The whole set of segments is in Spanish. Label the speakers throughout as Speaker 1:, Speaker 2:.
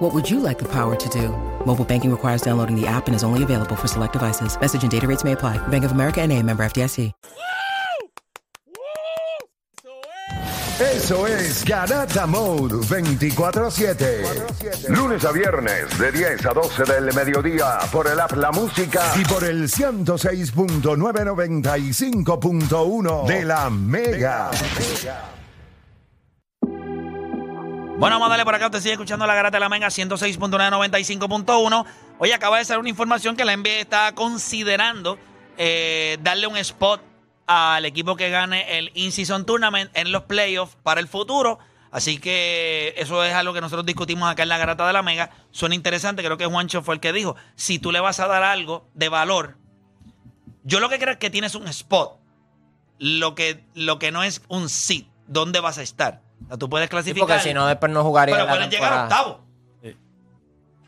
Speaker 1: What would you like the power to do? Mobile banking requires downloading the app and is only available for select devices. Message and data rates may apply. Bank of America and a member FDIC.
Speaker 2: Eso es Garata Mode 24-7.
Speaker 3: Lunes a viernes de 10 a 12 del mediodía por el app La Música.
Speaker 2: Y por el 106.995.1 de la Mega.
Speaker 4: Bueno, vamos a darle por acá. Usted sigue escuchando la garata de la Mega 106.995.1. Hoy acaba de salir una información que la NBA está considerando eh, darle un spot al equipo que gane el In-Season Tournament en los playoffs para el futuro. Así que eso es algo que nosotros discutimos acá en la garata de la Mega. Suena interesante. Creo que Juancho fue el que dijo: si tú le vas a dar algo de valor, yo lo que creo es que tienes un spot. Lo que, lo que no es un sit. ¿Dónde vas a estar? O sea, tú puedes
Speaker 5: Sí,
Speaker 4: clasificar.
Speaker 5: porque si no, después no jugaría
Speaker 4: Pero
Speaker 5: la
Speaker 4: pueden llegar a
Speaker 5: temporada.
Speaker 4: octavo.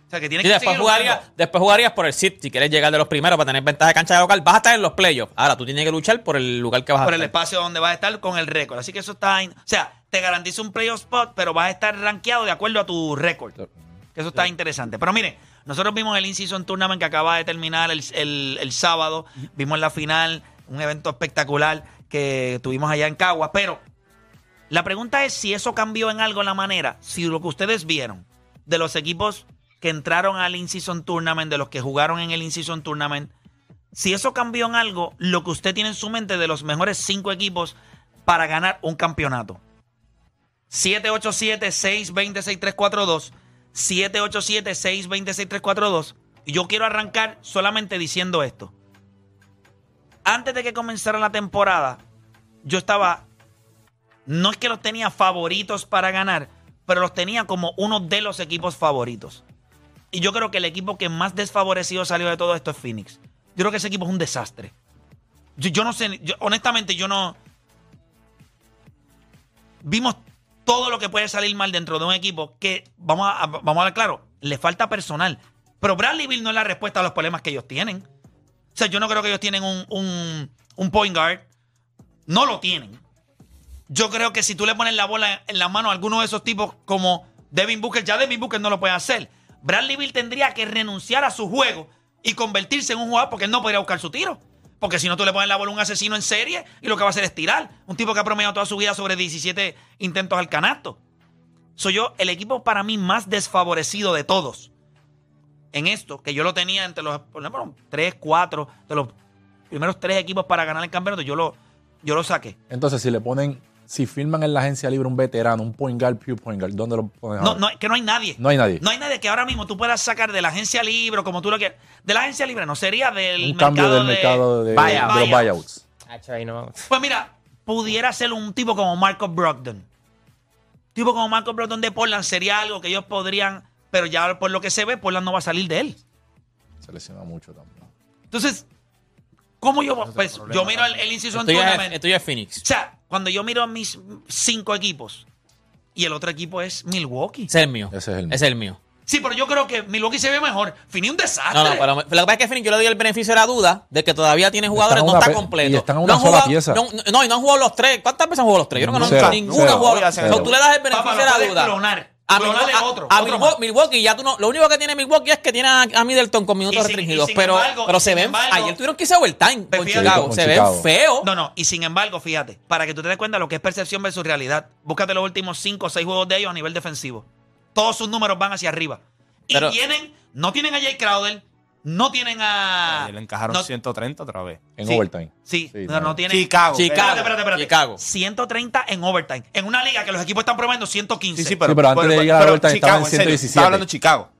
Speaker 4: O sea, que tienes
Speaker 6: Y
Speaker 4: que
Speaker 6: después
Speaker 4: seguir
Speaker 6: jugarías,
Speaker 4: jugando.
Speaker 6: después jugarías por el sit. Si quieres llegar de los primeros para tener ventaja de cancha de local, vas a estar en los playoffs. Ahora tú tienes que luchar por el lugar que vas
Speaker 4: por
Speaker 6: a
Speaker 4: el
Speaker 6: estar.
Speaker 4: espacio donde vas a estar con el récord. Así que eso está. in- o sea, te garantiza un playoff spot, pero vas a estar rankeado de acuerdo a tu récord. Que eso está interesante. Pero mire, nosotros vimos el In-Season Tournament que acaba de terminar el, el- el sábado. Vimos la final, un evento espectacular que tuvimos allá en Caguas. Pero la pregunta es si eso cambió en algo la manera, si lo que ustedes vieron de los equipos que entraron al In-Season Tournament, de los que jugaron en el In-Season Tournament, si eso cambió en algo lo que usted tiene en su mente de los mejores cinco equipos para ganar un campeonato. 787-620-6342. 787-620-6342. Y Yo quiero arrancar solamente diciendo esto. Antes de que comenzara la temporada, yo estaba. No es que los tenía favoritos para ganar, pero los tenía como uno de los equipos favoritos. Y yo creo que el equipo que más desfavorecido salió de todo esto es Phoenix. Yo creo que ese equipo es un desastre. Yo, yo no sé, yo- honestamente, yo no. Vimos todo lo que puede salir mal dentro de un equipo que, vamos a, a- vamos a hablar claro, le falta personal. Pero Bradley Bill no es la respuesta a los problemas que ellos tienen. O sea, yo no creo que ellos tienen un, un, un point guard. No lo tienen. Yo creo que si tú le pones la bola en la mano a alguno de esos tipos como Devin Booker, ya Devin Booker no lo puede hacer. Bradley Bill tendría que renunciar a su juego y convertirse en un jugador porque él no podría buscar su tiro. Porque si no, tú le pones la bola a un asesino en serie y lo que va a hacer es tirar. Un tipo que ha promediado toda su vida sobre 17 intentos al canasto. Soy yo el equipo para mí más desfavorecido de todos en esto, que yo lo tenía entre los por ejemplo, tres, cuatro, de los primeros tres equipos para ganar el campeonato, yo lo, yo lo saqué.
Speaker 7: Entonces, si le ponen, si firman en la agencia libre un veterano, un point guard, pure point guard, ¿dónde lo ponen?
Speaker 4: No,
Speaker 7: ahora?
Speaker 4: no, que no hay nadie.
Speaker 7: No hay nadie.
Speaker 4: No hay nadie que ahora mismo tú puedas sacar de la agencia libre, o como tú lo quieras. De la agencia libre, no, sería del
Speaker 7: un cambio del
Speaker 4: de-
Speaker 7: mercado de, de
Speaker 5: Buyout.
Speaker 7: los buyouts.
Speaker 5: Hacho, Ah, ahí no.
Speaker 4: Pues mira, pudiera ser un tipo como Marco Brogdon. Tipo como Marco Brogdon de Portland sería algo que ellos podrían, pero ya por lo que se ve, Portland no va a salir de él.
Speaker 7: Se lesiona mucho también.
Speaker 4: Entonces, ¿cómo yo? Pues yo miro el, el inciso en
Speaker 6: Esto ya, es,
Speaker 4: tournament.
Speaker 6: esto ya es Phoenix.
Speaker 4: O sea, cuando yo miro a mis cinco equipos y el otro equipo es Milwaukee.
Speaker 6: Ese es el mío.
Speaker 7: Ese es el mío.
Speaker 6: Ese es el mío.
Speaker 4: Sí, pero yo creo que Milwaukee se ve mejor. Finí un desastre.
Speaker 6: No, no, pero lo que pasa es que Phoenix yo le doy el beneficio de la duda de que todavía tiene jugadores,
Speaker 7: Están
Speaker 6: no
Speaker 7: una
Speaker 6: está
Speaker 7: pe-
Speaker 6: completo.
Speaker 7: y están una
Speaker 6: no han
Speaker 7: sola
Speaker 6: jugado-
Speaker 7: pieza.
Speaker 6: No, no, no, y no han jugado los tres. ¿Cuántas veces han jugado los tres? Yo creo que
Speaker 7: Cero,
Speaker 6: nunca. Ninguno ha
Speaker 7: cero,
Speaker 6: jugado los tres.
Speaker 7: cero.
Speaker 6: O tú le das el beneficio
Speaker 4: Papá,
Speaker 6: de
Speaker 4: lo
Speaker 6: la
Speaker 4: puedes
Speaker 6: duda.
Speaker 4: clonar.
Speaker 6: A,
Speaker 4: Clonar
Speaker 6: Milwaukee-
Speaker 4: es
Speaker 6: a-
Speaker 4: otro,
Speaker 6: a
Speaker 4: otro
Speaker 6: Milwaukee,
Speaker 4: más.
Speaker 6: Milwaukee ya tú no, lo único que tiene Milwaukee es que tiene a, a Middleton con
Speaker 4: Y
Speaker 6: minutos
Speaker 4: sin- y
Speaker 6: restringidos,
Speaker 4: sin
Speaker 6: pero,
Speaker 4: embargo-
Speaker 6: pero se
Speaker 4: sin
Speaker 6: ven,
Speaker 4: embargo-
Speaker 6: ayer tuvieron que irse a overtime
Speaker 4: Pero
Speaker 6: con
Speaker 4: fíjate-
Speaker 6: Chicago,
Speaker 7: con
Speaker 6: se
Speaker 7: Chicago.
Speaker 6: ven feo.
Speaker 4: No, no, y sin embargo, fíjate, para que tú te des cuenta lo que es percepción versus realidad, búscate los últimos 5 o 6 juegos de ellos a nivel defensivo. Todos sus números van hacia arriba. Y
Speaker 6: Pero-
Speaker 4: tienen, no tienen a Jay Crowder, no tienen a.
Speaker 8: Ayer le encajaron
Speaker 4: no-
Speaker 8: 130 otra vez.
Speaker 7: En
Speaker 4: Sí.
Speaker 7: overtime.
Speaker 4: Sí,
Speaker 7: Sí,
Speaker 4: no,
Speaker 7: no.
Speaker 4: no tienen.
Speaker 8: Chicago.
Speaker 6: Chicago.
Speaker 4: Espérate, espérate, espérate.
Speaker 6: Chicago.
Speaker 4: 130 en overtime. En una liga que los equipos están promediando 115.
Speaker 8: Sí, sí, pero,
Speaker 7: Sí, pero antes de llegar a la vuelta
Speaker 8: Chicago,
Speaker 7: estaban en
Speaker 8: en serio,
Speaker 7: 117.
Speaker 8: Estaba hablando de Chicago.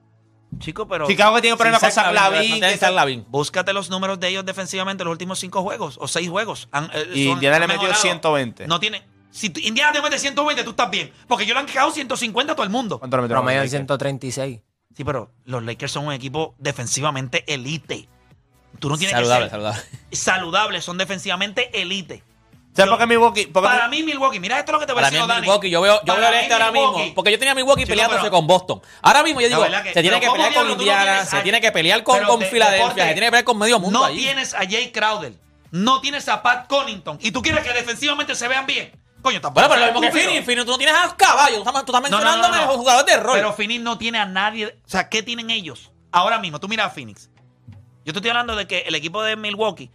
Speaker 4: Chico, pero.
Speaker 8: Chicago que tiene problemas
Speaker 6: Sin
Speaker 8: con Zach
Speaker 6: Zach
Speaker 8: Lavin,
Speaker 6: no
Speaker 8: que
Speaker 6: tiene Zach
Speaker 8: está-
Speaker 6: Lavin.
Speaker 4: Búscate los números de ellos defensivamente los últimos cinco juegos o seis juegos. Han, eh,
Speaker 8: Y
Speaker 4: son-
Speaker 8: Indiana
Speaker 4: han
Speaker 8: le metió
Speaker 4: mejorado.
Speaker 8: 120.
Speaker 4: No tiene. Si tú- Indiana te mete 120, tú estás bien. Porque yo le han quejado 150 a todo el mundo.
Speaker 8: ¿Cuánto le metieron a los
Speaker 5: Promedio en
Speaker 8: Lakers?
Speaker 5: 136.
Speaker 4: Sí, pero los Lakers son un equipo defensivamente elite. Tú no tienes
Speaker 6: Saludable,
Speaker 4: que ser
Speaker 6: saludable.
Speaker 4: saludables, son defensivamente elite.
Speaker 8: ¿Sabes
Speaker 4: Yo-
Speaker 8: por qué Milwaukee? por qué-
Speaker 4: Para mí, Milwaukee, mira esto es lo que te voy a
Speaker 6: Para mí
Speaker 4: decir,
Speaker 6: es
Speaker 4: Dani.
Speaker 6: Milwaukee. Yo veo, yo
Speaker 4: Para
Speaker 6: veo el
Speaker 4: mí,
Speaker 6: este ahora mismo.
Speaker 4: Milwaukee.
Speaker 6: Porque yo tenía a Milwaukee
Speaker 4: Chico,
Speaker 6: peleándose
Speaker 4: pero-
Speaker 6: con Boston. Ahora mismo yo digo,
Speaker 4: verdad que-
Speaker 6: se tiene
Speaker 4: pero
Speaker 6: que
Speaker 4: ¿cómo
Speaker 6: pelear con
Speaker 4: diablo tú no
Speaker 6: Indiana,
Speaker 4: tienes
Speaker 6: se
Speaker 4: a-
Speaker 6: tiene que pelear con,
Speaker 4: Pero
Speaker 6: con
Speaker 4: de-
Speaker 6: Filadelfia,
Speaker 4: deporte,
Speaker 6: se tiene que pelear con medio mundo
Speaker 4: No
Speaker 6: ahí.
Speaker 4: tienes a Jay Crowder. No tienes a Pat Connington. Y tú quieres que defensivamente se vean bien. Coño, tampoco.
Speaker 6: Bueno, pero lo
Speaker 4: seas
Speaker 6: mismo que
Speaker 4: estúpido.
Speaker 6: Phoenix, Phoenix, tú no tienes a los caballos, tú estás, tú estás
Speaker 4: No, no, no,
Speaker 6: mencionándome
Speaker 4: no, no.
Speaker 6: a los jugadores de rol.
Speaker 4: Pero Phoenix no tiene a nadie. O sea, ¿qué tienen ellos? Ahora mismo, tú mira a Phoenix. Yo te estoy hablando de que el equipo de Milwaukee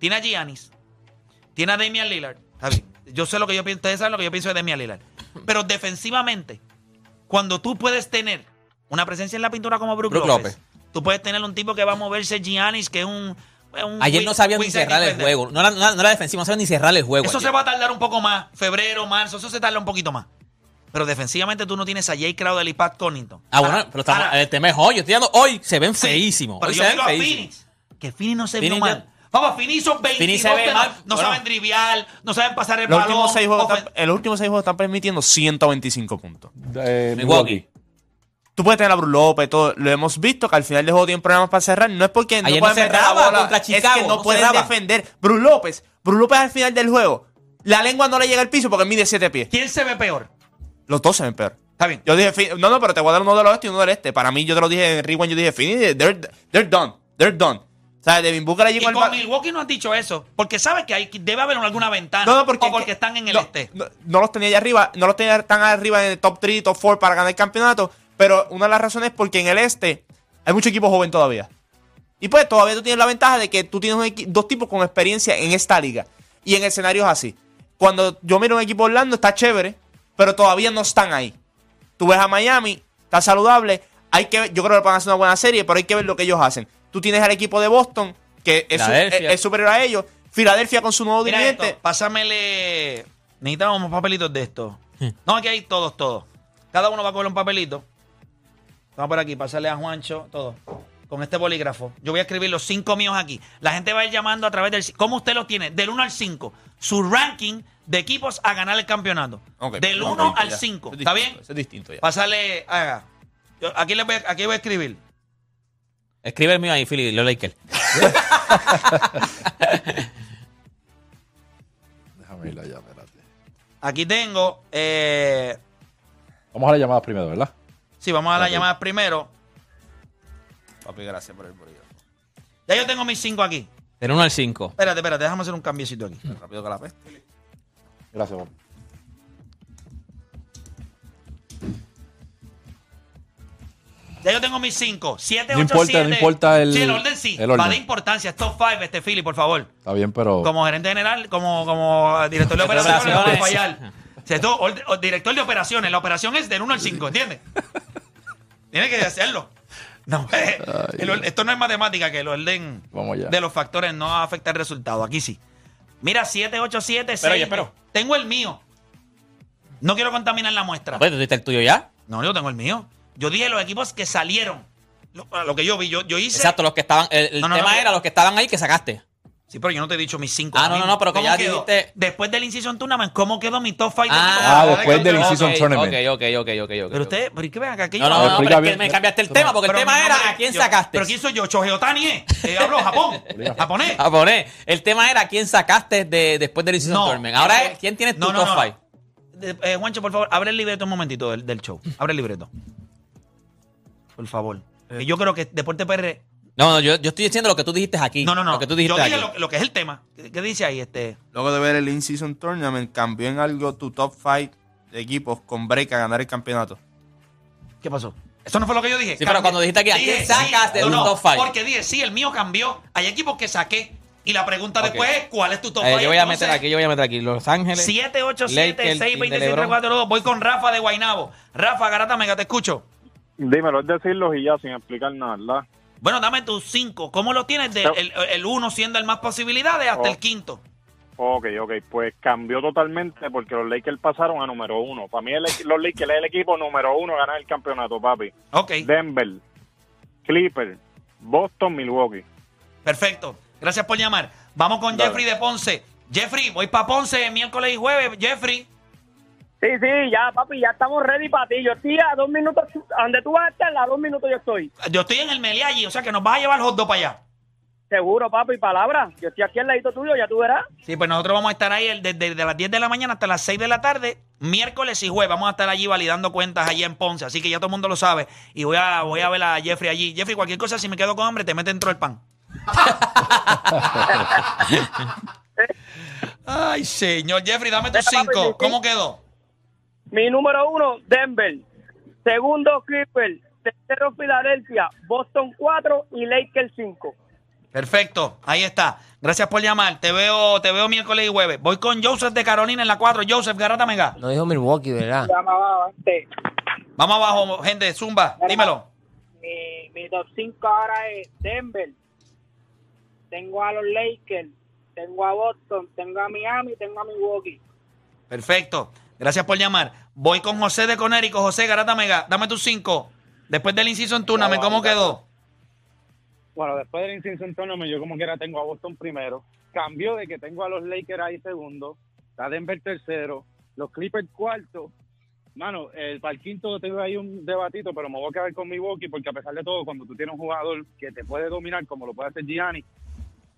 Speaker 4: tiene a Giannis, tiene a Damian Lillard. Está bien. Yo sé lo que yo pienso, ustedes saben lo que yo pienso de Damian Lillard. Pero defensivamente, cuando tú puedes tener una presencia en la pintura como Brook,
Speaker 6: Brook
Speaker 4: López,
Speaker 6: López.
Speaker 4: tú puedes tener un tipo que va a moverse Giannis, que es un. es un
Speaker 6: Ayer
Speaker 4: win-
Speaker 6: no sabían ni
Speaker 4: win-side
Speaker 6: cerrar el
Speaker 4: defender.
Speaker 6: juego. No era, no era- no era defensiva, no sabían ni cerrar el juego.
Speaker 4: Eso
Speaker 6: ayer.
Speaker 4: se va a tardar un poco más. Febrero, marzo, eso se tarda un poquito más. Pero defensivamente tú no tienes a Jay Crowder y Pat Connington.
Speaker 6: Ah, bueno,
Speaker 4: Ahora-
Speaker 6: pero estamos,
Speaker 4: ahora-
Speaker 6: el tema es hoy. Yo estoy dando, hoy se ven
Speaker 4: sí,
Speaker 6: feísimos.
Speaker 4: Pero
Speaker 6: hoy
Speaker 4: yo
Speaker 6: se ven
Speaker 4: digo a
Speaker 6: feísimos.
Speaker 4: Phoenix. Que Phoenix no se vio
Speaker 6: Phoenix
Speaker 4: mal. Vamos, Phoenix hizo 22
Speaker 6: Phoenix se ve
Speaker 4: pelas-
Speaker 6: mal,
Speaker 4: No
Speaker 6: bueno.
Speaker 4: saben trivial, no saben pasar el
Speaker 8: Los
Speaker 4: balón.
Speaker 8: últimos seis juegos
Speaker 4: ofen-
Speaker 8: están, el último seis juegos están permitiendo 125 puntos.
Speaker 7: Eh,
Speaker 6: Milwaukee.
Speaker 8: Tú puedes tener a Bruce López, todo. Lo hemos visto que al final del juego tienen problemas para cerrar. No es porque
Speaker 6: Ayer no
Speaker 8: puedan meter la
Speaker 6: cerraba
Speaker 8: bola,
Speaker 6: contra Chicago,
Speaker 8: Es que no,
Speaker 6: no
Speaker 8: pueden
Speaker 6: cerraba.
Speaker 8: defender. Bruce López, Bruce López al final del juego. La lengua no le llega al piso porque mide 7 pies.
Speaker 4: ¿Quién se ve peor?
Speaker 8: Los dos se ven peor.
Speaker 4: Está bien.
Speaker 8: Yo dije, Phoenix- no, no, pero te voy a dar uno del oeste y uno del este. Para mí, yo te lo dije en Rewind, yo dije, Phoenix, they're, they're done. They're done. O sea, Devin Booker allí
Speaker 4: Y
Speaker 8: con el
Speaker 4: con
Speaker 8: ba-
Speaker 4: Milwaukee no han dicho eso. Porque sabes que hay, debe haber alguna ventana.
Speaker 8: No, no, porque,
Speaker 4: o porque están en el
Speaker 8: no,
Speaker 4: este.
Speaker 8: No, no los tenía allá arriba, no los tenía tan arriba en el top 3, top 4 para ganar el campeonato. Pero una de las razones es porque en el este hay mucho equipo joven todavía. Y pues todavía tú tienes la ventaja de que tú tienes un equi- dos tipos con experiencia en esta liga. Y en escenarios así. Cuando yo miro un equipo Orlando, está chévere, pero todavía no están ahí. Tú ves a Miami, está saludable. Hay que ver- yo creo que van a hacer una buena serie, pero hay que ver lo que ellos hacen. Tú tienes al equipo de Boston, que es, su-
Speaker 6: Filadelfia.
Speaker 8: es- es superior a ellos. Filadelfia con su nuevo
Speaker 4: Mira
Speaker 8: dirigente.
Speaker 4: esto, pásamele. Necesitamos más papelitos de esto. No, aquí hay todos, todos. Cada uno va a coger un papelito. Vamos por aquí, pásale a Juancho, todo. Con este bolígrafo. Yo voy a escribir los cinco míos aquí. La gente va a ir llamando a través del. ¿Cómo usted los tiene? Del 1 al 5. Su ranking de equipos a ganar el campeonato.
Speaker 8: Ok,
Speaker 4: del
Speaker 8: no,
Speaker 4: 1
Speaker 8: ok,
Speaker 4: al
Speaker 8: ya.
Speaker 4: 5.
Speaker 8: Eso es
Speaker 4: ¿Está bien?
Speaker 8: distinto, eso es distinto ya.
Speaker 4: Pásale. Haga. Yo- aquí, les voy a, aquí voy a escribir.
Speaker 6: Escribe el mío ahí, Philly, lo Lakers.
Speaker 7: Déjame irla ya, espérate.
Speaker 4: Aquí tengo. eh,
Speaker 7: Vamos a las llamadas primero, ¿verdad?
Speaker 4: sí, vamos a las llamadas primero.
Speaker 8: Papi, gracias por el bolígrafo.
Speaker 4: Ya yo tengo mis cinco aquí.
Speaker 6: Del 1 al 5.
Speaker 4: Espérate, espérate, déjame hacer un cambiecito aquí.
Speaker 8: Rápido que la peste.
Speaker 7: Gracias, papi.
Speaker 4: Ya yo tengo mis cinco. Siete,
Speaker 7: No
Speaker 4: ocho,
Speaker 7: importa,
Speaker 4: siete.
Speaker 7: no importa el-
Speaker 4: Sí, el orden sí.
Speaker 7: el orden.
Speaker 4: Va de importancia. Top five, este Philly, por favor.
Speaker 7: Está bien, pero.
Speaker 4: Como gerente general, como, como director
Speaker 7: Este
Speaker 4: de operaciones, no puede
Speaker 6: operaciones.
Speaker 4: fallar. O sea, tú, orde- o director de operaciones, la operación es del 1 al 5, ¿entiendes? Tiene que hacerlo. No, eh, el or- esto no es matemática, que el orden
Speaker 7: Vamos allá.
Speaker 4: de los factores no afecta el resultado. Aquí sí. Mira, 7, 8, 7, 6.
Speaker 6: Pero, oye, pero-
Speaker 4: Tengo el mío. No quiero contaminar la muestra.
Speaker 6: Pues, ¿tú diste el tuyo ya?
Speaker 4: No, yo tengo el mío. Yo dije los equipos que salieron. Lo, a lo que yo vi, yo, yo hice.
Speaker 6: Exacto, los que estaban. El, el
Speaker 4: No, no,
Speaker 6: tema
Speaker 4: no,
Speaker 6: era
Speaker 4: no.
Speaker 6: los que estaban ahí que sacaste.
Speaker 4: Sí, pero yo no te he dicho mis cinco.
Speaker 6: Ah,
Speaker 4: ahora
Speaker 6: no, no,
Speaker 4: mismo.
Speaker 6: no, pero que
Speaker 4: ¿Cómo
Speaker 6: ya
Speaker 4: quedó?
Speaker 6: dijiste-
Speaker 4: Después del In-Season Tournament, ¿cómo quedó mi top five? de equipos?
Speaker 7: Ah, después del
Speaker 6: ok,
Speaker 7: in-season
Speaker 6: ok,
Speaker 7: tournament.
Speaker 6: Ok, ok, ok, ok, ok.
Speaker 4: Pero usted, pero ¿y qué ven acá? ¿Qué
Speaker 6: No,
Speaker 4: yo-
Speaker 6: no, no,
Speaker 7: Explica
Speaker 6: pero es que
Speaker 7: bien.
Speaker 6: me cambiaste el
Speaker 7: Pero-
Speaker 6: tema porque el
Speaker 4: pero mi
Speaker 6: tema era
Speaker 4: nombre-
Speaker 6: a quién
Speaker 4: yo-
Speaker 6: sacaste.
Speaker 4: ¿Pero quién soy yo? Shohei Otani, ¿eh? Eh, hablo Japón. ¿Japonés?
Speaker 6: A poner, Ah, E. el tema era quién sacaste de, después del Incision Tournament. Ahora es quién tienes tu
Speaker 4: No, no,
Speaker 6: top
Speaker 4: no.
Speaker 6: five?
Speaker 4: De- eh, Juancho, por favor, abre el libreto un momentito del, del show. Abre el libreto. Por favor.
Speaker 6: Eh.
Speaker 4: Que Yo creo que Deporte PR.
Speaker 6: No, no, yo, yo estoy diciendo lo que tú dijiste aquí.
Speaker 4: No, no, no.
Speaker 6: Lo que tú dijiste
Speaker 4: yo dije
Speaker 6: aquí.
Speaker 4: lo, lo que es el tema. ¿Qué, qué dice ahí? Este.
Speaker 8: Luego de ver el In-Season Tournament, cambió en algo tu top 5 de equipos con break a ganar el campeonato.
Speaker 4: ¿Qué pasó? Eso no fue lo que yo dije.
Speaker 6: Sí, pero cuando dijiste aquí, ¿a
Speaker 4: Dije,
Speaker 6: quién sacas
Speaker 4: sí,
Speaker 6: de
Speaker 4: no,
Speaker 6: un
Speaker 4: no,
Speaker 6: top five?
Speaker 4: Porque dije, sí, el mío cambió. Hay equipos que saqué. Y la pregunta
Speaker 6: Ok.
Speaker 4: después es, ¿cuál es tu top
Speaker 6: Eh,
Speaker 4: 5?
Speaker 6: yo voy a meter aquí, yo voy a meter aquí. Los Ángeles.
Speaker 4: 7, 8, 7, 6,
Speaker 6: Lakers, Team de
Speaker 4: 27,
Speaker 6: LeBron.
Speaker 4: 4, 2. Voy con Rafa de Guainabo. Rafa, Garata Mega, te escucho.
Speaker 9: Dímelo, es decirlo y ya, sin explicar nada, ¿verdad?
Speaker 4: Bueno, dame tus 5. ¿Cómo lo tienes? De,
Speaker 9: No.
Speaker 4: el 1 siendo el más posibilidades hasta
Speaker 9: Oh.
Speaker 4: el quinto.
Speaker 9: Ok, ok, pues cambió totalmente porque los Lakers pasaron a número uno. Para mí el- los Lakers es el equipo número uno a ganar el campeonato, papi.
Speaker 4: Ok,
Speaker 9: Denver, Clipper, Boston, Milwaukee.
Speaker 4: perfecto. Gracias por llamar. Vamos con
Speaker 9: Dale.
Speaker 4: Jeffrey de Ponce. Jeffrey, voy para Ponce miércoles y jueves. Jeffrey.
Speaker 10: Sí, sí, ya, papi, ya estamos ready para ti. Yo estoy a dos minutos, a donde tú vas a estar, a dos minutos yo estoy.
Speaker 4: Yo estoy en el Meliá allí, o sea que nos vas a llevar hot dog para allá.
Speaker 10: Seguro, papi, palabra. Yo estoy aquí al ladito tuyo, ya tú verás.
Speaker 4: Sí, pues nosotros vamos a estar ahí el- desde, desde las 10 de la mañana hasta las 6 de la tarde, miércoles y jueves. Vamos a estar allí validando cuentas allí en Ponce. Así que ya todo el mundo lo sabe. Y voy a, voy a ver a Jeffrey allí. Jeffrey, cualquier cosa, si me quedo con hambre, te mete dentro del pan. Ay, señor Jeffrey, dame tus
Speaker 10: Mira, papi,
Speaker 4: cinco.
Speaker 10: sí.
Speaker 4: ¿Cómo quedó?
Speaker 10: Mi número uno, Denver. Segundo, Clipper. Tercero, Filadelfia. Boston 4 y Lakers 5.
Speaker 4: Perfecto, ahí está. Gracias por llamar. Te veo, te veo miércoles y jueves. Voy con Joseph de Carolina en la 4. Joseph, garata mega.
Speaker 5: No dijo Milwaukee, ¿verdad?
Speaker 4: Vamos abajo, gente. Zumba, dímelo.
Speaker 10: Mi, mi top 5 ahora es Denver. Tengo a los Lakers. Tengo a Boston. Tengo a Miami. Tengo a Milwaukee.
Speaker 4: Perfecto. Gracias por llamar. Voy con José de Conérico. José, garata mega. Dame tus cinco. Después del inciso en Túname,
Speaker 9: No,
Speaker 4: ¿cómo
Speaker 9: ahorita.
Speaker 4: quedó?
Speaker 9: Bueno, después del Incinction Tournament, yo como quiera tengo a Boston primero. Cambió de que tengo a los Lakers ahí segundo, a Denver tercero, los Clippers cuarto. Mano, el, para el quinto tengo ahí un debatito, pero me voy a quedar con Milwaukee porque a pesar de todo, cuando tú tienes un jugador que te puede dominar como lo puede hacer Gianni,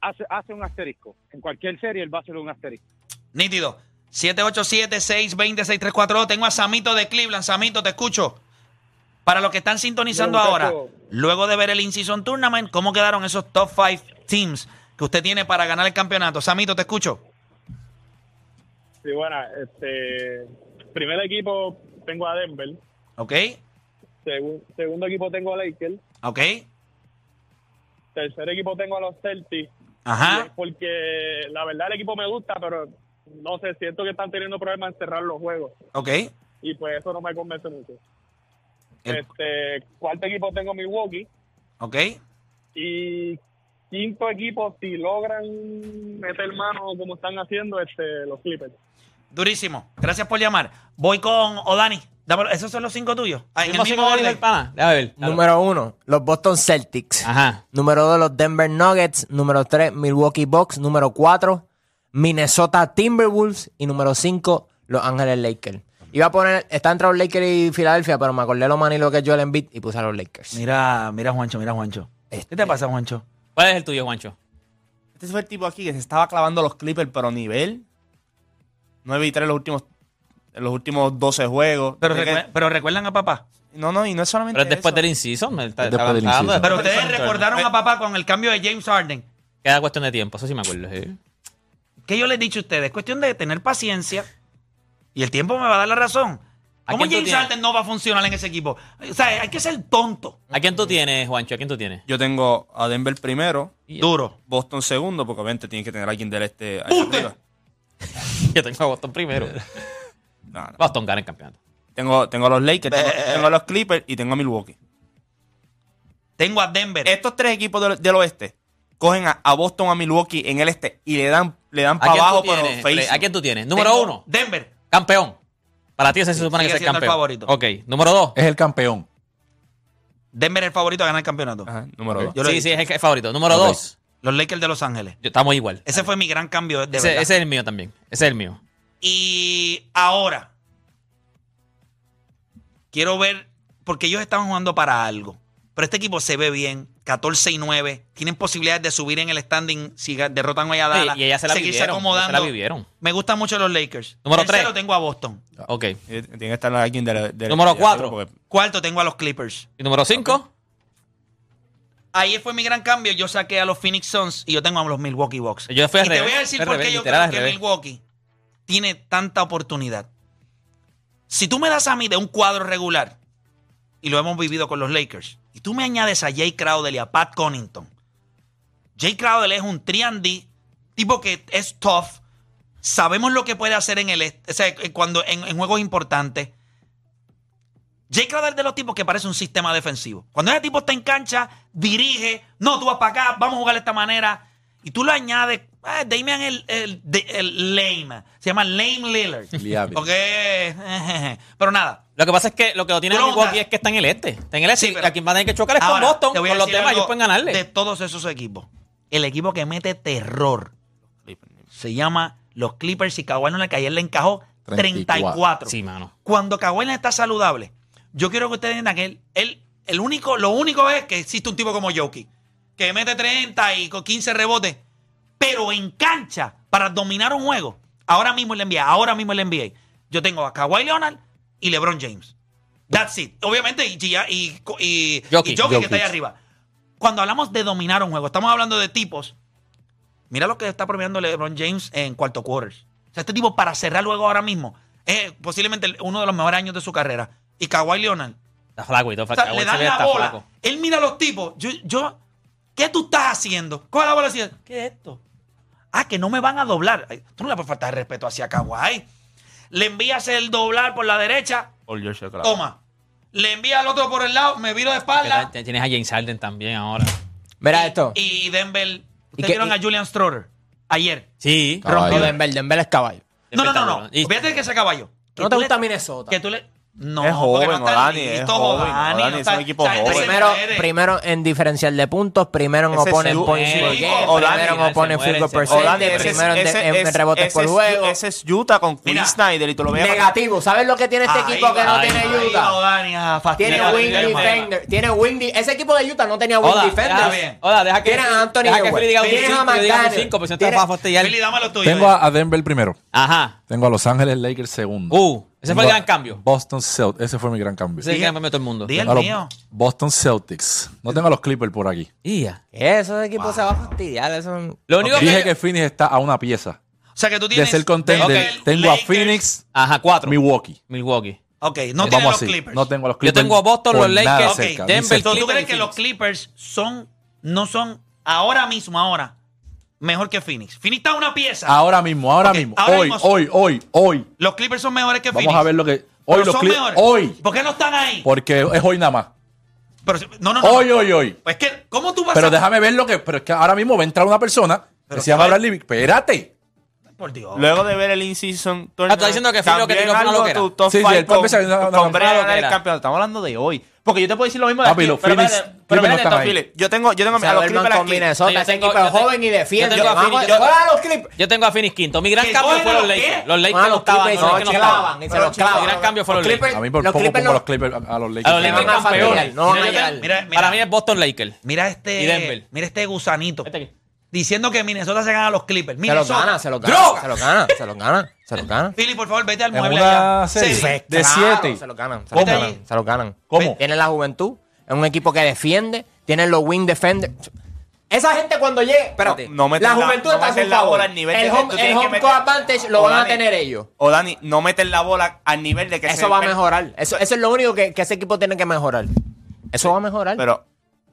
Speaker 9: hace, hace un asterisco. En cualquier serie él va a hacer un asterisco.
Speaker 4: Nítido. 787-620-6342. Tengo a Samito de Cleveland. Samito, te escucho. Para los que están sintonizando
Speaker 9: Bien,
Speaker 4: ahora,
Speaker 9: muchacho.
Speaker 4: luego de ver el In-Season Tournament, ¿cómo quedaron esos top 5 teams que usted tiene para ganar el campeonato? Samito, te escucho.
Speaker 9: Sí, bueno, este, primer equipo tengo a Denver,
Speaker 4: ¿Ok?
Speaker 9: segundo equipo tengo a Lakers,
Speaker 4: ¿Ok?
Speaker 9: tercer equipo tengo a los Celtics. Y es
Speaker 4: Ajá.
Speaker 9: Pues, porque la verdad el equipo me gusta, pero no sé, siento que están teniendo problemas en cerrar los juegos.
Speaker 4: ¿Ok?
Speaker 9: Y pues eso no me convence mucho.
Speaker 4: El-
Speaker 9: Este, cuarto equipo tengo Milwaukee.
Speaker 4: ¿Ok?
Speaker 9: Y quinto equipo, si logran meter mano como están haciendo, este, los Clippers.
Speaker 4: Durísimo. Gracias por llamar. Voy con Odani. Dámelo. ¿Esos son los cinco tuyos? Ah, en el
Speaker 6: Mismo
Speaker 4: mismo
Speaker 6: cinco que dijo
Speaker 4: orden.
Speaker 6: el pana. Déjame ver. Claro. Ah.
Speaker 5: Número uno, los Boston Celtics.
Speaker 6: Ajá.
Speaker 5: Número dos, los Denver Nuggets. Número tres, Milwaukee Bucks. Número cuatro, Minnesota Timberwolves. Y número cinco, Los Ángeles Lakers. Iba a poner, está entre los Lakers y Filadelfia, pero me acordé lo manilo que es Joel Embiid y puse a los Lakers.
Speaker 4: Mira, mira, Juancho, mira, Juancho. ¿Qué
Speaker 6: Este.
Speaker 4: te pasa, Juancho?
Speaker 6: ¿Cuál es el tuyo, Juancho?
Speaker 8: Este fue el tipo aquí que se estaba clavando los Clippers, pero nivel 9 y 3 los últimos, en los últimos 12 juegos.
Speaker 4: Pero,
Speaker 8: Porque-
Speaker 4: recuer- pero recuerdan a papá.
Speaker 8: No, no, y no es solamente
Speaker 6: Pero es después
Speaker 8: eso.
Speaker 6: del inciso. me está-
Speaker 7: Este, Es después
Speaker 6: estaba-
Speaker 7: del
Speaker 6: estaba
Speaker 7: inciso.
Speaker 6: hablando
Speaker 4: Pero
Speaker 6: después del
Speaker 4: ustedes
Speaker 6: inciso.
Speaker 4: recordaron a papá con el cambio de James Harden.
Speaker 6: Queda cuestión de tiempo, eso sí me acuerdo. sí.
Speaker 4: ¿Qué yo les he dicho a ustedes? Es cuestión de tener paciencia y el tiempo me va a dar la razón.
Speaker 6: ¿A
Speaker 4: ¿Cómo
Speaker 6: quién
Speaker 4: James
Speaker 6: tú tienes?
Speaker 4: Harden no va a funcionar en ese equipo? O sea, hay que ser tonto.
Speaker 6: ¿A quién tú tienes, Juancho? ¿A quién tú tienes?
Speaker 8: Yo tengo a Denver primero,
Speaker 4: Duro.
Speaker 8: Boston segundo, porque obviamente tienes que tener a alguien del este ahí arriba.
Speaker 6: Yo tengo a Boston primero.
Speaker 8: No, no.
Speaker 6: Boston gana el campeonato.
Speaker 8: Tengo, tengo a los Lakers, tengo, tengo a los Clippers y tengo a Milwaukee.
Speaker 4: Tengo a Denver.
Speaker 6: Eh,
Speaker 8: Estos tres equipos del, del oeste cogen a, a Boston, a Milwaukee en el este y le dan, le dan
Speaker 6: ¿A
Speaker 8: para
Speaker 6: quién
Speaker 8: abajo,
Speaker 6: tú
Speaker 8: pero
Speaker 6: tienes?
Speaker 8: feísimo.
Speaker 6: ¿A quién tú tienes? Número
Speaker 4: Tengo
Speaker 6: uno,
Speaker 4: Denver.
Speaker 6: campeón. Para ti ese se supone que
Speaker 4: sigue
Speaker 6: es el
Speaker 4: siendo el
Speaker 6: campeón.
Speaker 4: favorito.
Speaker 6: Ok. Número dos.
Speaker 7: Es el campeón.
Speaker 4: Denver es el favorito a ganar el campeonato.
Speaker 8: Ajá, número dos.
Speaker 4: Yo lo he
Speaker 6: sí,
Speaker 4: dicho.
Speaker 6: sí, es el que- favorito. Número
Speaker 7: Ok.
Speaker 6: dos.
Speaker 4: Los Lakers de Los Ángeles.
Speaker 6: Yo- Estamos igual.
Speaker 4: Ese fue mi gran cambio de
Speaker 6: Ese-
Speaker 4: verdad.
Speaker 6: ese es el mío también. Ese es el mío.
Speaker 4: Y ahora, quiero ver, porque ellos estaban jugando para algo. Pero este equipo se ve bien, 14 y 9. Tienen posibilidades de subir en el standing si ga- derrotan hoy a
Speaker 6: Sí,
Speaker 4: Dallas.
Speaker 6: y ella se la
Speaker 4: seguirse
Speaker 6: vivieron.
Speaker 4: acomodando.
Speaker 6: Se la vivieron.
Speaker 4: Me gustan mucho los Lakers.
Speaker 6: Número
Speaker 4: Tercero
Speaker 6: tres.
Speaker 4: tengo a Boston.
Speaker 6: Ok.
Speaker 8: Eh, Tiene que estar alguien del, del
Speaker 6: Número
Speaker 8: del-
Speaker 6: cuatro.
Speaker 8: porque-
Speaker 4: Cuarto tengo a los Clippers.
Speaker 6: Y número cinco.
Speaker 4: Ahí fue mi gran cambio. Yo saqué a los Phoenix Suns y yo tengo a los Milwaukee Bucks.
Speaker 6: Yo fui al
Speaker 4: y
Speaker 6: revés,
Speaker 4: te voy a decir
Speaker 6: fui al
Speaker 4: por
Speaker 6: revés,
Speaker 4: qué yo
Speaker 6: literal
Speaker 4: creo
Speaker 6: al
Speaker 4: que
Speaker 6: revés.
Speaker 4: Milwaukee tiene tanta oportunidad. Si tú me das a mí de un cuadro regular, y lo hemos vivido con los Lakers, y tú me añades a Jay Crowder y a Pat Connington, Jay Crowder es un triandi, tipo que es tough, sabemos lo que puede hacer en el est- o sea, cuando en, en juegos importantes. Jay Crowder es de los tipos que parece un sistema defensivo. Cuando ese tipo está en cancha, dirige, no, tú vas para acá, vamos a jugar de esta manera. Y tú lo añades, ah, Damian el, el, de- el lame, se llama Lame Lillard.
Speaker 7: Liable.
Speaker 4: Ok, pero nada.
Speaker 6: Lo que pasa es que lo que lo tiene
Speaker 4: Tú lo
Speaker 6: Milwaukee
Speaker 4: montas.
Speaker 6: es que está en el este. Está en el este.
Speaker 4: Sí,
Speaker 6: y
Speaker 4: pero-
Speaker 6: a quien va a tener que chocar es con
Speaker 4: Ahora,
Speaker 6: Boston.
Speaker 4: te voy a
Speaker 6: Con los
Speaker 4: decir
Speaker 6: demás
Speaker 4: algo
Speaker 6: ellos pueden ganarle.
Speaker 4: De todos esos equipos, el equipo que mete terror se llama los Clippers y Kawhi Leonard, que ayer le encajó 34.
Speaker 7: 34.
Speaker 6: Sí, mano.
Speaker 4: Cuando Kawhi Leonard está saludable, yo quiero que ustedes entiendan que él, él- el único, lo único es que existe un tipo como Jokic. que mete 30 y con 15 rebotes, pero en cancha para dominar un juego. Ahora mismo el NBA, ahora mismo el NBA. Yo tengo a Kawhi Leonard y LeBron James. That's it. Obviamente, y, y, y, y- y
Speaker 6: Jokic,
Speaker 4: Jokic que
Speaker 6: Jokic.
Speaker 4: está ahí arriba. Cuando hablamos de dominar un juego, estamos hablando de tipos. Mira lo que está premiando LeBron James en cuarto quarters. O sea, este tipo para cerrar luego ahora mismo es posiblemente el- uno de los mejores años de su carrera. Y Kawhi Leonard
Speaker 6: Está flaco y
Speaker 4: o
Speaker 6: todo.
Speaker 4: sea,
Speaker 6: flaco.
Speaker 4: le
Speaker 6: Ese
Speaker 4: dan
Speaker 6: día
Speaker 4: la
Speaker 6: está
Speaker 4: bola.
Speaker 6: flaco.
Speaker 4: Él mira a los tipos. Yo, yo, ¿qué tú estás haciendo? Coge la bola así. ¿Qué es esto? Ah, que no me van a doblar. Ay, Tú no le puedes faltar el respeto hacia Kawhi. Le envías el doblar por la derecha.
Speaker 8: Paul George, claro.
Speaker 4: Toma. Le envía al otro por el lado. Me viro de espalda.
Speaker 6: Que t- Tienes a James Harden también ahora.
Speaker 5: Mira esto.
Speaker 4: Y Denver. Ustedes
Speaker 5: qué-
Speaker 4: vieron a
Speaker 5: y-
Speaker 4: Julian Stroller ayer.
Speaker 6: Sí.
Speaker 8: Ah,
Speaker 5: Rompió Denver. Denver es caballo.
Speaker 4: No, no, no, no.
Speaker 6: Y-
Speaker 4: Fíjate que ese caballo. Que
Speaker 5: ¿No te
Speaker 4: tú
Speaker 5: gusta
Speaker 4: le-
Speaker 5: Minnesota?
Speaker 4: Que tú le. No,
Speaker 8: Es
Speaker 4: porque
Speaker 8: joven,
Speaker 4: no está
Speaker 8: Odani,
Speaker 4: listo,
Speaker 8: es joven,
Speaker 4: Odani,
Speaker 8: Odani,
Speaker 4: no
Speaker 8: es
Speaker 4: está-
Speaker 8: un equipo
Speaker 4: o sea, este se
Speaker 8: joven.
Speaker 5: Primero,
Speaker 4: muere.
Speaker 5: primero en diferencial de puntos, primero en
Speaker 8: Ese Oh,
Speaker 5: opponent
Speaker 8: es-
Speaker 5: points
Speaker 6: eh,
Speaker 5: por
Speaker 4: chico,
Speaker 5: game,
Speaker 4: O'Dani,
Speaker 5: primero en
Speaker 6: se
Speaker 5: opponent
Speaker 6: muere,
Speaker 5: field goal
Speaker 6: se muere.
Speaker 5: percentage,
Speaker 8: O'Dani, Oh, ese es-
Speaker 5: primero en de-
Speaker 8: ese-
Speaker 5: en, en
Speaker 8: ese-
Speaker 5: rebotes
Speaker 8: ese
Speaker 5: por
Speaker 8: es-
Speaker 5: juego.
Speaker 8: Ese es Utah con Quinn
Speaker 4: Mira.
Speaker 8: Snyder y tú lo veías.
Speaker 5: Negativo. ¿Sabes lo que tiene este
Speaker 4: Ahí
Speaker 5: equipo que
Speaker 4: va,
Speaker 5: no
Speaker 4: ahí
Speaker 5: tiene
Speaker 4: va, ahí
Speaker 5: Utah?
Speaker 4: va Dani a
Speaker 5: Tiene
Speaker 4: fastidiar
Speaker 5: Wing
Speaker 4: el tema.
Speaker 5: Defender. Tiene Wing de- Ese equipo de Utah no tenía Wing
Speaker 6: Hola,
Speaker 5: Defender.
Speaker 6: deja,
Speaker 4: bien.
Speaker 6: hola, deja que.
Speaker 5: Tienes a Anthony
Speaker 6: deja que
Speaker 5: Edwards.
Speaker 6: Free diga un
Speaker 5: Tienes a
Speaker 6: cinco, yo diga un
Speaker 5: McDaniel.
Speaker 6: cinco, porque si no te vas
Speaker 5: Tienes-
Speaker 6: a fastidiar.
Speaker 4: Billy, dame lo tuyo. eh.
Speaker 7: Tengo a, a Denver primero.
Speaker 6: Ajá.
Speaker 7: Tengo a Los Ángeles Lakers segundo.
Speaker 6: Uh, ese fue el
Speaker 7: Tengo a
Speaker 6: gran cambio.
Speaker 7: Boston Celtics. Ese fue mi gran cambio.
Speaker 6: Ese es el gran cambio de todo el mundo.
Speaker 4: Di el
Speaker 7: Tengo a los
Speaker 4: mío.
Speaker 7: Boston Celtics. No tengo a los Clippers por aquí.
Speaker 6: Ia.
Speaker 5: Esos equipos se van a fastidiar. Eso...
Speaker 6: Lo único
Speaker 7: Dije
Speaker 6: que.
Speaker 7: que Phoenix está a una pieza
Speaker 4: O sea que tú
Speaker 7: de
Speaker 4: tienes.
Speaker 7: ser contender.
Speaker 4: Denver,
Speaker 7: Tengo a
Speaker 4: Lakers.
Speaker 7: Phoenix,
Speaker 6: Ajá, cuatro.
Speaker 7: Milwaukee. Eh,
Speaker 6: Milwaukee.
Speaker 4: Ok, no tienes
Speaker 7: Vamos
Speaker 4: los
Speaker 7: así.
Speaker 4: Clippers.
Speaker 7: No tengo a los
Speaker 6: Yo
Speaker 7: Clippers.
Speaker 6: tengo a Boston,
Speaker 7: por
Speaker 6: los
Speaker 7: nada
Speaker 6: Lakers,
Speaker 7: cerca,
Speaker 4: Ok,
Speaker 7: ni
Speaker 6: Denver,
Speaker 7: cerca.
Speaker 4: So, ¿Tú
Speaker 6: Clippers
Speaker 4: crees
Speaker 6: y
Speaker 4: que
Speaker 6: Phoenix.
Speaker 4: los Clippers son. No son ahora mismo, ahora. Mejor que Phoenix. Phoenix está una pieza.
Speaker 7: Ahora mismo, ahora
Speaker 4: Ok,
Speaker 7: mismo.
Speaker 4: ahora
Speaker 7: hoy,
Speaker 4: mismo-
Speaker 7: hoy, hoy, hoy.
Speaker 4: Los Clippers son mejores que Phoenix.
Speaker 7: Vamos a ver lo que. Hoy
Speaker 4: Pero
Speaker 7: los
Speaker 4: son
Speaker 7: Clip-
Speaker 4: mejores.
Speaker 7: Hoy.
Speaker 4: ¿Por qué no están ahí?
Speaker 7: Porque es hoy nada más.
Speaker 4: Pero si- no, no, no.
Speaker 7: Hoy, hoy, hoy.
Speaker 4: Pues que, ¿cómo tú vas
Speaker 7: Pero
Speaker 4: a.
Speaker 7: déjame ver lo que. Pero es que ahora mismo va a entrar una persona
Speaker 4: Pero
Speaker 7: que se llama
Speaker 4: ¿cuál?
Speaker 7: Bradley Beal. Espérate.
Speaker 4: Por Dios.
Speaker 8: Luego de ver el in-season tournament.
Speaker 6: Ah, tú estás diciendo que Phil lo que
Speaker 8: cambió en
Speaker 6: tiró fue una
Speaker 8: algo
Speaker 6: loquera.
Speaker 8: tu top
Speaker 7: Sí, sí,
Speaker 8: five
Speaker 7: él puede
Speaker 8: con-
Speaker 7: pensar que no- no-
Speaker 8: con Brea
Speaker 6: no, no,
Speaker 8: ganar el
Speaker 6: loquera.
Speaker 8: campeón. Estamos hablando de hoy. Porque yo te puedo decir lo mismo de
Speaker 7: Papi,
Speaker 8: aquí,
Speaker 7: los
Speaker 8: pero
Speaker 7: Phoenix-
Speaker 8: espérate, pero
Speaker 7: Clippers no
Speaker 8: espérate,
Speaker 7: están
Speaker 8: Tom
Speaker 7: ahí.
Speaker 8: Phillips. Yo tengo, yo tengo a los
Speaker 5: Silverman
Speaker 8: Clippers
Speaker 5: con
Speaker 8: aquí.
Speaker 5: Minnesota,
Speaker 6: No, yo
Speaker 5: ese
Speaker 6: tengo-
Speaker 5: equipo es
Speaker 6: yo tengo-
Speaker 5: joven y defiende.
Speaker 6: yo tengo a
Speaker 5: Vamos
Speaker 6: Phoenix-
Speaker 5: a-
Speaker 6: yo-
Speaker 5: ¡Fuera a los Clippers!
Speaker 6: Yo tengo a Phoenix quinto. Mi gran
Speaker 4: ¿Que
Speaker 6: cambio
Speaker 4: cogen
Speaker 6: fue
Speaker 4: a
Speaker 6: los
Speaker 4: los
Speaker 6: Lakers.
Speaker 4: qué?
Speaker 6: Los Lakers
Speaker 5: Van a
Speaker 6: no
Speaker 5: los
Speaker 6: estaban.
Speaker 5: Clippers y
Speaker 6: los
Speaker 5: se
Speaker 6: Lakers
Speaker 5: los
Speaker 6: no estaban.
Speaker 5: clavan. Y se
Speaker 6: Pero
Speaker 5: los
Speaker 6: chico,
Speaker 5: clavan.
Speaker 6: El gran cambio fue
Speaker 5: Los
Speaker 6: los Lakers.
Speaker 5: Clippers-
Speaker 7: A mí por
Speaker 5: los
Speaker 7: poco
Speaker 5: Clippers
Speaker 7: pongo
Speaker 5: no-
Speaker 7: los Clippers a a los
Speaker 6: A
Speaker 7: Lakers.
Speaker 6: los
Speaker 5: Se
Speaker 6: Lakers
Speaker 5: van a fastidiar,
Speaker 6: campeones.
Speaker 5: no van a
Speaker 4: Mira, yo te-
Speaker 5: llegar.
Speaker 4: mira, mira.
Speaker 6: Para mí es Boston Lakers.
Speaker 4: Mira
Speaker 6: Y Denver.
Speaker 4: este. Mira este gusanito.
Speaker 6: Este aquí.
Speaker 4: Diciendo que Minnesota se gana a los Clippers.
Speaker 5: Se los
Speaker 4: Minnesota.
Speaker 5: gana, se los gana.
Speaker 4: ¡Droga!
Speaker 5: Se los gana, se los gana, se los gana.
Speaker 4: Philly, por favor, vete al
Speaker 7: En
Speaker 4: mueble
Speaker 7: una
Speaker 4: allá.
Speaker 7: serie.
Speaker 4: Sí.
Speaker 7: De
Speaker 5: Claro,
Speaker 7: siete.
Speaker 5: Se lo ganan, se
Speaker 4: ¿Cómo?
Speaker 5: lo ganan, se lo ganan.
Speaker 7: ¿Cómo?
Speaker 5: Tienen la juventud, es un equipo que defiende, tienen los wing defenders. Esa gente cuando llegue, espérate,
Speaker 8: No, no meten
Speaker 5: la
Speaker 8: la-
Speaker 5: juventud
Speaker 8: no
Speaker 5: está a su
Speaker 8: meten la
Speaker 5: favor.
Speaker 8: bola al nivel
Speaker 5: el
Speaker 8: de- tú
Speaker 5: home,
Speaker 8: tienes
Speaker 5: el
Speaker 8: que
Speaker 5: home
Speaker 8: meter-
Speaker 5: court advantage lo
Speaker 8: O
Speaker 5: van a
Speaker 8: Dani,
Speaker 5: tener ellos.
Speaker 8: O Dani, no meter la bola al nivel de que se
Speaker 5: Eso va a
Speaker 8: per-
Speaker 5: mejorar. Eso, eso es lo único que, que ese equipo tiene que mejorar. Eso va a mejorar.
Speaker 8: Pero.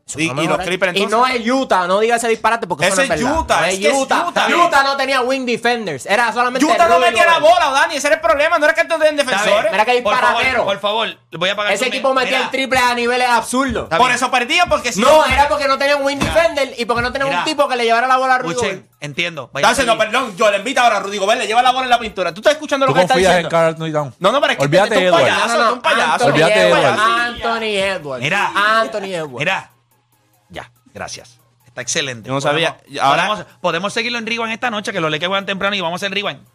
Speaker 5: Eso
Speaker 8: Y,
Speaker 5: va a
Speaker 8: y
Speaker 5: mejorar.
Speaker 8: los Clippers
Speaker 5: Y
Speaker 8: entonces.
Speaker 5: no es Utah, no diga ese disparate porque eso
Speaker 8: Ese
Speaker 5: no es
Speaker 8: es
Speaker 5: verdad.
Speaker 8: Utah,
Speaker 5: No
Speaker 8: es que es
Speaker 5: Utah.
Speaker 8: Utah.
Speaker 5: Utah no tenía wing defenders, era solamente
Speaker 8: Utah no
Speaker 5: Rudy
Speaker 8: metía la
Speaker 5: Gobert.
Speaker 8: bola, Dani. Ese era el problema. No era que no tenían
Speaker 4: Está bien.
Speaker 8: defensores.
Speaker 5: Mira que
Speaker 4: Por
Speaker 5: disparatero.
Speaker 4: favor, por favor, le voy a pagar
Speaker 5: Ese
Speaker 4: tu-
Speaker 5: equipo metía
Speaker 4: Mira,
Speaker 5: el triple a niveles absurdos.
Speaker 8: Por eso perdía, porque si
Speaker 5: No, era porque no tenían un wing defender y porque no tenían
Speaker 4: Mira.
Speaker 5: un tipo que le llevara la bola a Rudy
Speaker 4: Escuchen,
Speaker 5: Gobert.
Speaker 4: entiendo. Vaya
Speaker 8: Entonces, no,
Speaker 4: Philly.
Speaker 8: perdón. Yo le invito ahora a Rudy Gobert, le lleva la bola en la pintura. ¿Tú estás escuchando lo
Speaker 7: ¿Tú
Speaker 8: que él está
Speaker 7: confías en
Speaker 8: diciendo?
Speaker 7: Carl Anthony
Speaker 8: No, no, pero es que
Speaker 7: Olvídate
Speaker 8: tú
Speaker 7: de
Speaker 8: eres
Speaker 7: Edwards.
Speaker 8: un payaso, tú eres un payaso.
Speaker 5: Anthony
Speaker 7: Olvídate de
Speaker 5: Edwards.
Speaker 7: Edwards.
Speaker 5: Anthony Edwards.
Speaker 4: Mira.
Speaker 5: Anthony Edwards.
Speaker 4: Mira. Ya, gracias. Está excelente.
Speaker 8: Yo no sabía.
Speaker 4: Podemos-
Speaker 8: Ahora-
Speaker 4: podemos, podemos seguirlo en Rewind esta noche, que los Lakers juegan temprano y vamos a hacer Rewind.